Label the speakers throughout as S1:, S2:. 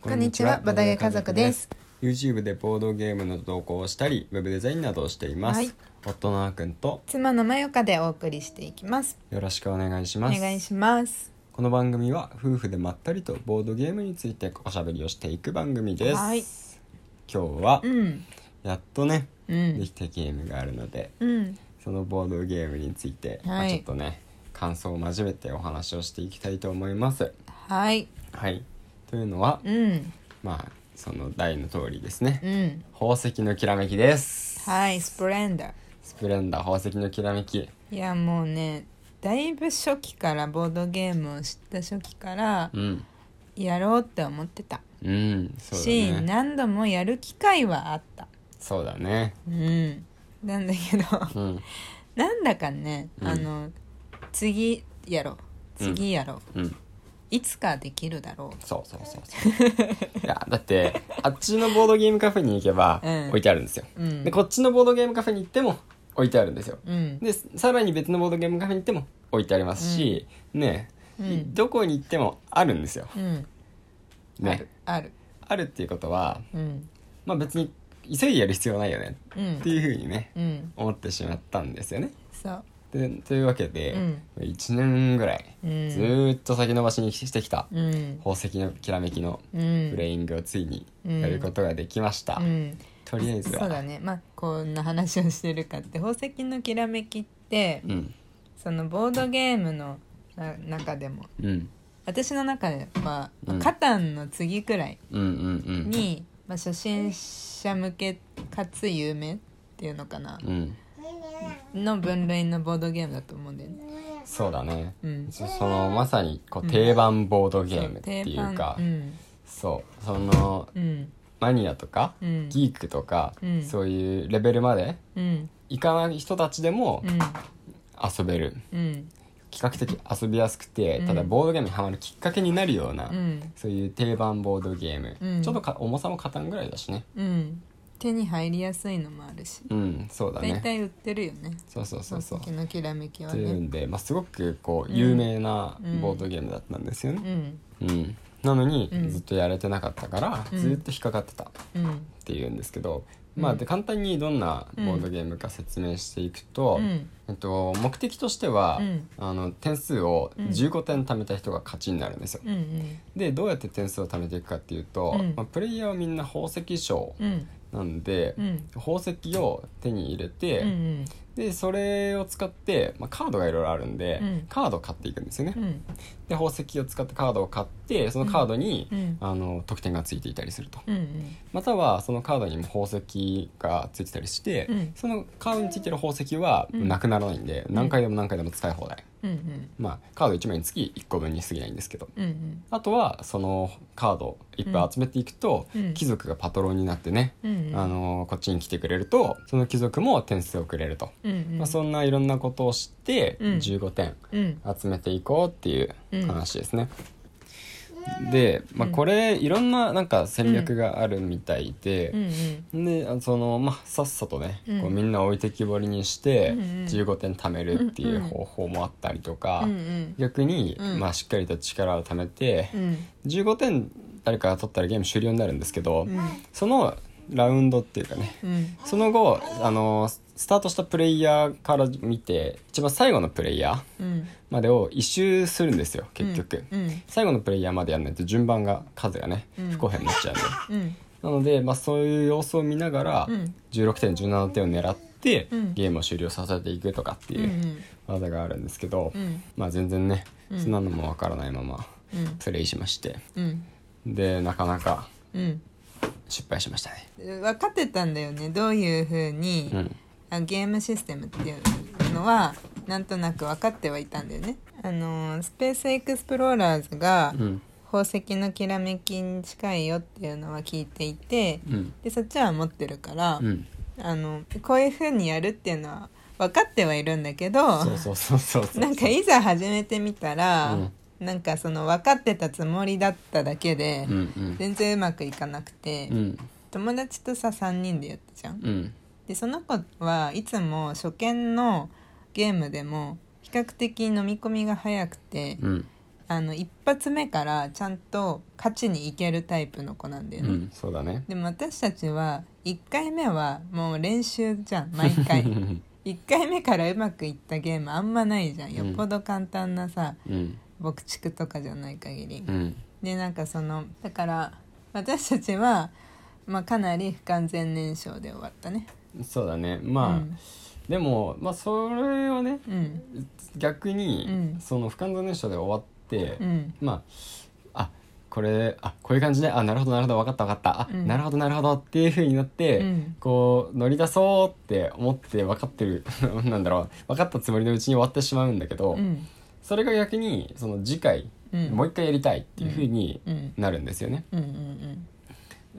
S1: こんにちはバタゲ家族です
S2: YouTube でボードゲームの投稿をしたりウェブデザインなどをしています、
S1: はい
S2: 夫のあーくんと
S1: 妻のまよかでお送りしていきます
S2: よろしくお願いし
S1: お
S2: ます
S1: 願いします
S2: この番組は夫婦でまったりとボードゲームについておしゃべりをしていく番組です、
S1: はい
S2: 今日は
S1: うん
S2: やっとね、
S1: う
S2: で
S1: ん
S2: きたゲームがあるので
S1: うん
S2: そのボードゲームについて、まあ
S1: はい
S2: ちょっとね感想を交えてお話をしていきたいと思います
S1: はい
S2: はいというのは、
S1: うん
S2: まあその題の通りですね、
S1: うん
S2: 宝石のきらめきです
S1: はいスプレンダー
S2: スプレンダー宝石のきらめき
S1: いやもうねだいぶ初期からボードゲームを知った初期から
S2: うん
S1: やろうって思ってた、
S2: うんそうだ
S1: し
S2: ね
S1: 何度もやる機会はあった
S2: そうだね
S1: うんなんだけど
S2: うん
S1: なんだかね、
S2: うん
S1: あの次やろう次やろう、
S2: うん
S1: いつかできるだろ
S2: そうそうそう そういやだってあっちのボードゲームカフェに行けば
S1: うん
S2: 置いてあるんですよ、
S1: ううん
S2: でこっちのボードゲームカフェに行っても置いてあるんですよ
S1: うん
S2: でさらに別のボードゲームカフェに行っても置いてありますし、ねえ、
S1: うん
S2: どこに行ってもあるんですよ、
S1: うんあ
S2: ね
S1: る、ある
S2: あるっていうことは
S1: うん
S2: まあ別に急いでやる必要ないよね
S1: う
S2: って
S1: ん
S2: いうふうにね
S1: うん
S2: 思ってしまったんですよね
S1: そう
S2: でというわけで、
S1: うん
S2: 1年ぐらい
S1: うん
S2: ずーっと先延ばしにしてきた
S1: うん
S2: 宝石のきらめきの
S1: うん
S2: プレイングをついにやることができました、
S1: うん
S2: とりあえずは
S1: そうだねまあこんな話をしてるかって宝石のきらめきって
S2: うん
S1: そのボードゲームのな中でも
S2: うん
S1: 私の中では、ま
S2: う
S1: あ、
S2: ん
S1: カタンの次くらい
S2: うんうんうん
S1: に、まあ、初心者向けかつ有名っていうのかな
S2: うん
S1: の分類のボードゲームだと思うんだよね。
S2: そうだね、
S1: うん
S2: そそのまさにこ
S1: う
S2: うん定番ボードゲームっていうか、
S1: そう定
S2: そうその
S1: 番うん
S2: マニアとか、
S1: うん
S2: ギークとか、
S1: うん
S2: そういうレベルまで
S1: うん
S2: いかない人たちでも
S1: うん
S2: 遊べる、
S1: うん
S2: 比較的遊びやすくて、
S1: うん
S2: ただボードゲームにハマるきっかけになるような、
S1: うん
S2: そういう定番ボードゲーム、
S1: うん
S2: ちょっとか重さも勝たんぐらいだしね
S1: うん手に入りやすいのもあるし
S2: うんそうだ
S1: 大
S2: ね
S1: 体売ってるよね
S2: そうそうそうそう
S1: 宝石のきらめきは
S2: とい
S1: ね
S2: うんで、まあ、すごくこう
S1: うん
S2: 有名なボードゲームだったんですよ
S1: う
S2: ね、
S1: ん
S2: うんなのに
S1: うん
S2: ずっとやれてなかったから、
S1: うん
S2: ずっと引っかかってたっ
S1: うん
S2: ていうんですけど、
S1: うん
S2: まあで簡単にどんなボードゲームか説明していくと、
S1: うん
S2: えっと、目的としては、
S1: うん
S2: あの点数を
S1: うん
S2: 15点貯めた人が勝ちになるんですよ、
S1: うん
S2: でどうやって点数を貯めていくかっていうと、
S1: うん
S2: まあ、プレイヤーはみんな宝石商
S1: うん
S2: なんで、
S1: うん
S2: 宝石を手に入れて、
S1: うんうん
S2: でそれを使って、まあ、カードがいろいろあるんで、
S1: うん
S2: カードを買っていくんですよね、
S1: う
S2: で
S1: ん
S2: 宝石を使ってカードを買ってそのカードに、
S1: うん
S2: あの得点がついていたりすると
S1: うんうん
S2: またはそのカードにも宝石がついてたりして、
S1: うん
S2: そのカードについてる宝石は
S1: うん
S2: なくならないんで、何回でも何回でも使い放題
S1: うんうん
S2: まあカード1枚につき1個分に過ぎないんですけど
S1: うんうん
S2: あとはそのカードいっぱい集めていくと、
S1: うん
S2: 貴族がパトロンになってね、
S1: うんうん
S2: あのこっちに来てくれるとその貴族も点数をくれると、
S1: うんうん
S2: まあ、そんないろんなことをして
S1: うん
S2: 15点
S1: うん
S2: 集めていこうっていう
S1: うん
S2: 話ですね。で、まあ、
S1: うん
S2: これいろんななんか戦略があるみたい
S1: うんう
S2: で、
S1: ん
S2: であその、まあ、さっさとね、
S1: うん
S2: こうみんな置いてきぼりにして
S1: うんうん
S2: 15点貯めるっていう方法もあったりとか、
S1: うんうん
S2: 逆に、
S1: うん
S2: まあ、しっかりと力を貯めて
S1: う、ん
S2: 15点誰かが取ったらゲーム終了になるんですけど、
S1: うん
S2: そのラウンドっていうかね
S1: うん
S2: その後あのスタートしたプレイヤーから見て一番最後のプレイヤー
S1: うん
S2: までを一周するんですよ結局、
S1: うん
S2: 最後のプレイヤーまでやんないと順番が数がね
S1: うん
S2: 不公平になっちゃうんで、
S1: うん
S2: なので、まあ、そういう様子を見ながら、
S1: うん
S2: 16点17点を狙って、
S1: うん
S2: ゲームを終了させていくとかって
S1: うん
S2: い
S1: う
S2: うん技があるんですけど、
S1: うん
S2: まあ全然ね
S1: うん
S2: そんなのもわからないまま
S1: うん
S2: プレイしまして
S1: うん
S2: でなかなか
S1: うん
S2: 失敗しましたね
S1: 分かってたんだよねどういうふうに、
S2: うん
S1: あゲームシステムっていうのはなんとなく分かってはいたんだよね。あのースペースエクスプローラーズが
S2: うん
S1: 宝石のきらめきに近いよっていうのは聞いていて
S2: うん
S1: でそっちは持ってるから、
S2: うん
S1: あのこういう風にやるっていうのは分かってはいるんだけど
S2: そうそうそうそうそう
S1: なんかいざ始めてみたら、
S2: うん
S1: なんかその分かってたつもりだっただけで、
S2: うんうん
S1: 全然うまくいかなくて、
S2: うん
S1: 友達とさ3人でやったじゃん。
S2: うん
S1: でその子はいつも初見のゲームでも比較的飲み込みが早くて、
S2: うん
S1: あの一発目からちゃんと勝ちにいけるタイプの子なんだよ
S2: う
S1: ね、
S2: んそうだね
S1: でも私たちは1回目はもう練習じゃん毎回1 回目からうまくいったゲームあんまないじゃんよっぽど簡単なさ、
S2: うん
S1: 牧畜とかじゃない限り、
S2: うん
S1: でなんかそのだから私たちは、まあ、かなり不完全燃焼で終わったね
S2: そうだねまあ、
S1: うん
S2: でもまあそれをね
S1: うん
S2: 逆に、
S1: うん
S2: その不完全燃焼で終わって、
S1: うん
S2: まああこれあこういう感じねあなるほどなるほど分かった分かったあ、
S1: うん
S2: なるほどなるほどっていうふうになって、
S1: うん
S2: こう乗り出そうって思って分かってるなんだろう分かったつもりのうちに終わってしまうんだけど、
S1: うん
S2: それが逆にその次回、
S1: うん
S2: もう一回やりたいっていうふうに
S1: うん
S2: なるんですよね。
S1: うんうん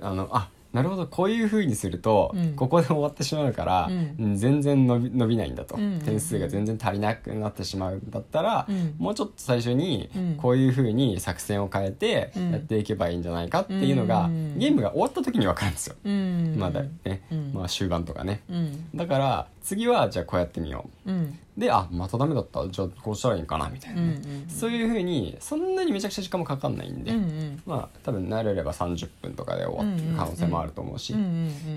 S2: あのあなるほどこういうふうにすると、
S1: うん
S2: ここで終わってしまうから、
S1: うん
S2: うん全然伸び伸びないんだと、
S1: うんうんうん
S2: 点数が全然足りなくなってしまうんだったら、
S1: うん
S2: もうちょっと最初に
S1: うん
S2: こういうふうに作戦を変えて
S1: うん
S2: やっていけばいいんじゃないかっていうのが、
S1: うん
S2: ゲームが終わった時に分かるんですよ、
S1: うんうん
S2: まだね、
S1: うん
S2: まあ、終盤とかね。
S1: うん
S2: だから次はじゃあこうやってみよ
S1: うん
S2: うであまたダメだったじゃあこうしたらいいんかなみたい
S1: うんう
S2: なね、
S1: ん
S2: そういうふうにそんなにめちゃくちゃ時間もかかんないんで、
S1: うんうん
S2: まあ多分慣れれば30分とかで終わってる可能性もあると思うし、
S1: うんう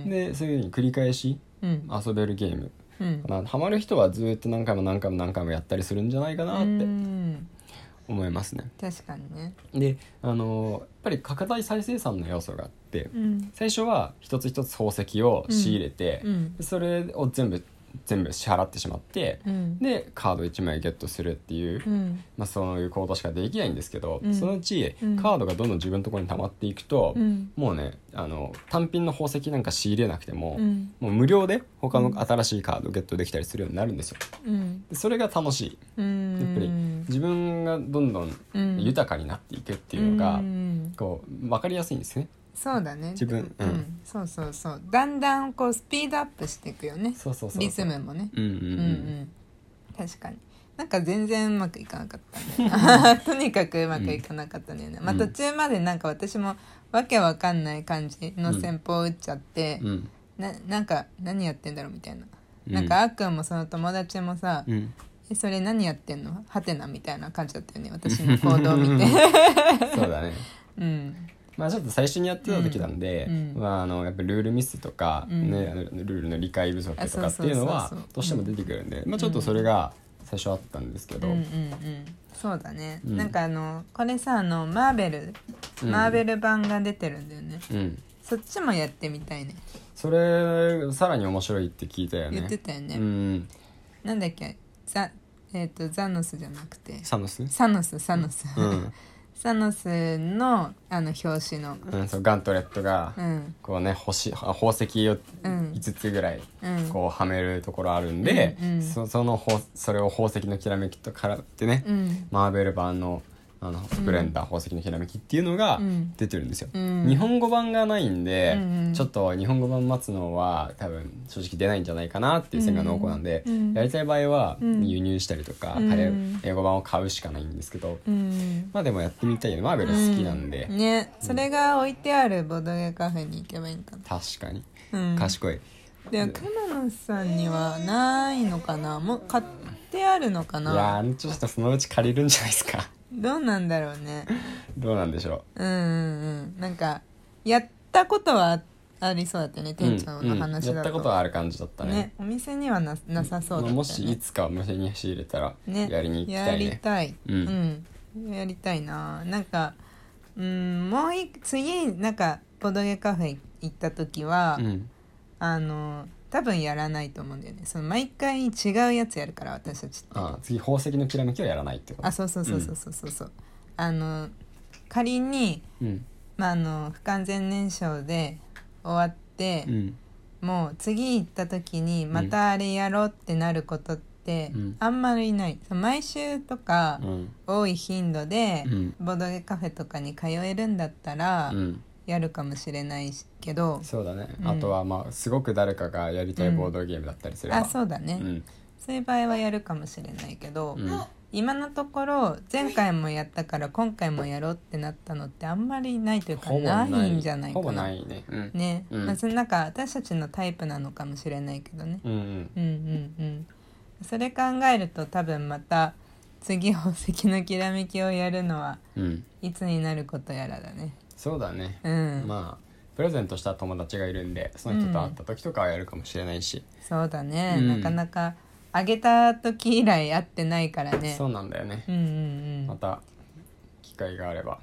S1: ん
S2: でそういうふうに繰り返し
S1: うん
S2: 遊べるゲーム
S1: うん
S2: かなハマる人はずっと何回も何回も何回もやったりするんじゃないかなっ
S1: う
S2: て
S1: ん
S2: 思いますね。
S1: 確かにね
S2: であのやっぱり拡大再生産の要素があって
S1: うん
S2: 最初は一つ一つ宝石を仕入れて、
S1: うん
S2: それを全部全部支払ってしまって、
S1: うん
S2: でカード1枚ゲットするっていう
S1: うん
S2: まあ、そういう行動しかできないんですけど、
S1: うん
S2: そのうち
S1: うん
S2: カードがどんどん自分のところに溜まっていくと、
S1: うん
S2: もうねあの単品の宝石なんか仕入れなくても、
S1: うん
S2: もう無料で他の新しいカードをゲットできたりするようになるんですよ。
S1: うん
S2: でそれが楽し
S1: う
S2: い
S1: ん
S2: やっぱり自分がどんど
S1: うんん
S2: 豊かになっていくっていうのが、
S1: ん
S2: こう分かりやすいんですね。
S1: そうだね
S2: 自分
S1: うん、
S2: うん
S1: そうそうそうだんだんこうスピードアップしていくよね
S2: そうそうそう
S1: リズムもね
S2: うんうんう
S1: うん
S2: ん、
S1: うん確かになんか全然うまくいかなかったんだよ ねとにかくうまくいかなかったんだよね、まあ
S2: うん
S1: 途中までなんか私もわけわかんない感じの戦法を打っちゃって、
S2: うん
S1: ななんか何やってんだろうみたいな、
S2: うん
S1: なんかあっくんもその友達もさ、
S2: うん
S1: えそれ何やってんのハテナみたいな感じだったよね私の行動を見て
S2: そうだね
S1: うん
S2: まあちょっと最初にやってた時なんで、
S1: うんうん
S2: まあ、あのやっぱルールミスとか、
S1: うん
S2: ね、あのルールの理解不足
S1: あ
S2: と
S1: そう
S2: か
S1: そ
S2: っ
S1: う
S2: ていうのは
S1: そうそう
S2: どうしても出てくるんで、まあ、ちょっとそれが最初あったんですけど、
S1: うんうんうんそうだね、
S2: うん
S1: なんかあのこれさあのマーベル
S2: うん
S1: マーベル版が出てるんだよね、
S2: うん
S1: そっちもやってみたいね
S2: それさらに面白いって聞いたよね
S1: 言ってたよね、
S2: うん
S1: なんだっけザ,、えー、とザノスじゃなくて
S2: サムス、
S1: サノスサノス、
S2: うん
S1: サノスのあの表紙の
S2: うん、そうガントレットが、
S1: うん
S2: こうね星あ宝石を
S1: うん
S2: 5つぐらい
S1: うん
S2: こうはめるところあるんで、
S1: うんうん
S2: そそのほそれを宝石のきらめきとからってね、
S1: うん
S2: マーベル版のあのブレンダー宝石のひらめきっていうのが
S1: うん
S2: 出てるんですよ、
S1: うん
S2: 日本語版がないんで、
S1: うんうん
S2: ちょっと日本語版待つのは多分正直出ないんじゃないかなっていう線が濃厚なんで、
S1: うん
S2: やりたい場合は
S1: うん
S2: 輸入したりとか、
S1: うん
S2: 早い英語版を買うしかないんですけど、
S1: うん
S2: まあでもやってみたいよねマーベル好きなんで、
S1: ねそれが置いてあるボドゲカフェに行けばいいんかな
S2: 確かに
S1: うん、
S2: 賢い、
S1: で熊野さんにはないのかなもう買ってあるのか
S2: いや
S1: な
S2: ーちょっとそのうち借りるんじゃないですか
S1: どうなんだろうね
S2: どうなんでしょ
S1: うんうんうんなんかやったことはありそうだったよね
S2: う
S1: 店長の話
S2: うんうん、や
S1: だ
S2: った
S1: と、
S2: ことはある感じだった
S1: ね
S2: ね
S1: お店にはななさそうだったよね、
S2: まあもしいつか無線に仕入れたら
S1: ね
S2: やりに行きたいね
S1: やりたい、
S2: うん
S1: うんやりたいななんかうんもうい次なんかボドゲカフェ行った時は、
S2: うん
S1: あの多分やらないと思うんだよねその毎回違うやつやるから私たちって
S2: ああ次宝石のきらめきはやらないってこと
S1: あそうそうそうそうそうそうそうあの仮に、
S2: うん
S1: まあ、あの不完全燃焼で終わって、
S2: うん
S1: もう次行った時にまたあれやろうってなることって
S2: うん
S1: あんまりない、その毎週とか
S2: うん
S1: 多い頻度で
S2: うん
S1: ボドゲカフェとかに通えるんだったら
S2: うん
S1: やるかもしれないけど、
S2: そうだね、
S1: うん
S2: あとはまあすごく誰かがやりたいボードゲームだったりすれば、
S1: あそうだね、
S2: うん
S1: そういう場合はやるかもしれないけど、
S2: うん
S1: 今のところ前回もやったから今回もやろうってなったのってあんまりないというか
S2: ほぼな
S1: ないいんじゃないか
S2: ほぼな
S1: ない
S2: ねうん、
S1: ね、
S2: うん
S1: まあ、そのなんか私たちのタイプなのかもしれないけどね
S2: うんうん
S1: うんうんうんそれ考えると多分また次宝石のきらめきをやるのは
S2: うん
S1: いつになることやらだね
S2: そうだね、
S1: うん
S2: まあプレゼントした友達がいるんでその人と会った時とかはやるかもしれないし、
S1: そうだね、
S2: うん
S1: なかなかあげた時以来会ってないからね
S2: そうなんだよね
S1: う、んうんう
S2: ま
S1: ん
S2: た機会があれば、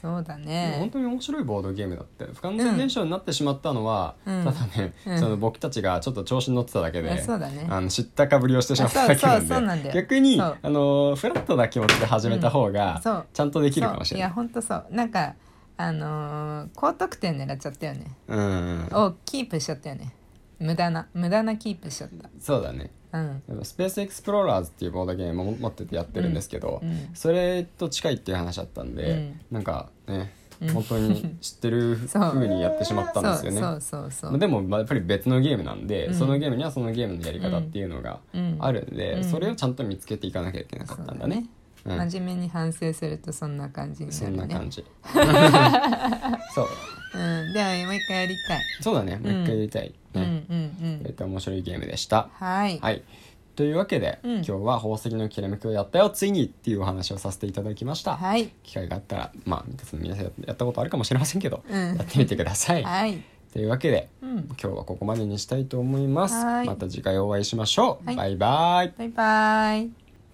S1: そうだ
S2: でも本
S1: ね
S2: 当に面白いボードゲームだって不完全燃焼になってしまったのは、
S1: うん
S2: ただね、
S1: うん
S2: その僕たちがちょっと調子に乗ってただけで、
S1: あそうだね
S2: あの知ったかぶりをしてしまっただけ
S1: あそうそうそうな
S2: なんん
S1: だ
S2: で
S1: よ
S2: 逆に
S1: そ
S2: あ
S1: う
S2: のフラットな気持ちで始めた方
S1: う
S2: が
S1: んそう
S2: ちゃんとできるかもしれない
S1: そういや。ほんとそうなんかあのー高得点狙っちゃったよね
S2: うん
S1: をキープしちゃったよね無駄な無駄なキープしちゃっ
S2: そうだね
S1: たうん
S2: スペースエクスプローラーズっていうボードゲームを持っててやってるんですけど、
S1: うんうん
S2: それと近いっていう話だったんで、
S1: うん
S2: なんかね、
S1: うん
S2: 本当に知ってるふ
S1: そう
S2: うにやってしまったんですよね。
S1: そうそうそ
S2: まあ
S1: うそう
S2: でもまあやっぱり別のゲームなんで、
S1: うん
S2: そのゲームにはそのゲームのやり方っていうのが
S1: うん
S2: あるんで、
S1: うん
S2: それをちゃんと見つけていかなきゃいけなかったんだね。うん
S1: 真面目に反省するとそんな感じに
S2: そ
S1: なん
S2: な
S1: るね
S2: 感じ。 そう
S1: うんではもう一回やりたい、
S2: そうだねもう一回やりたい、
S1: うん
S2: ね
S1: うんうん
S2: えっと面白いゲームでした。
S1: はい、
S2: はいというわけで、
S1: うん
S2: 今日は宝石のきらめきをやったよついにっていうお話をさせていただきました、
S1: はい
S2: 機会があったらまあ皆さん皆さんやったことあるかもしれませんけど、
S1: うん
S2: やってみてください、
S1: はい
S2: というわけで
S1: うん
S2: 今日はここまでにしたいと思います
S1: はい
S2: また次回お会いしましょう、
S1: はい
S2: バイバイ
S1: バイバイ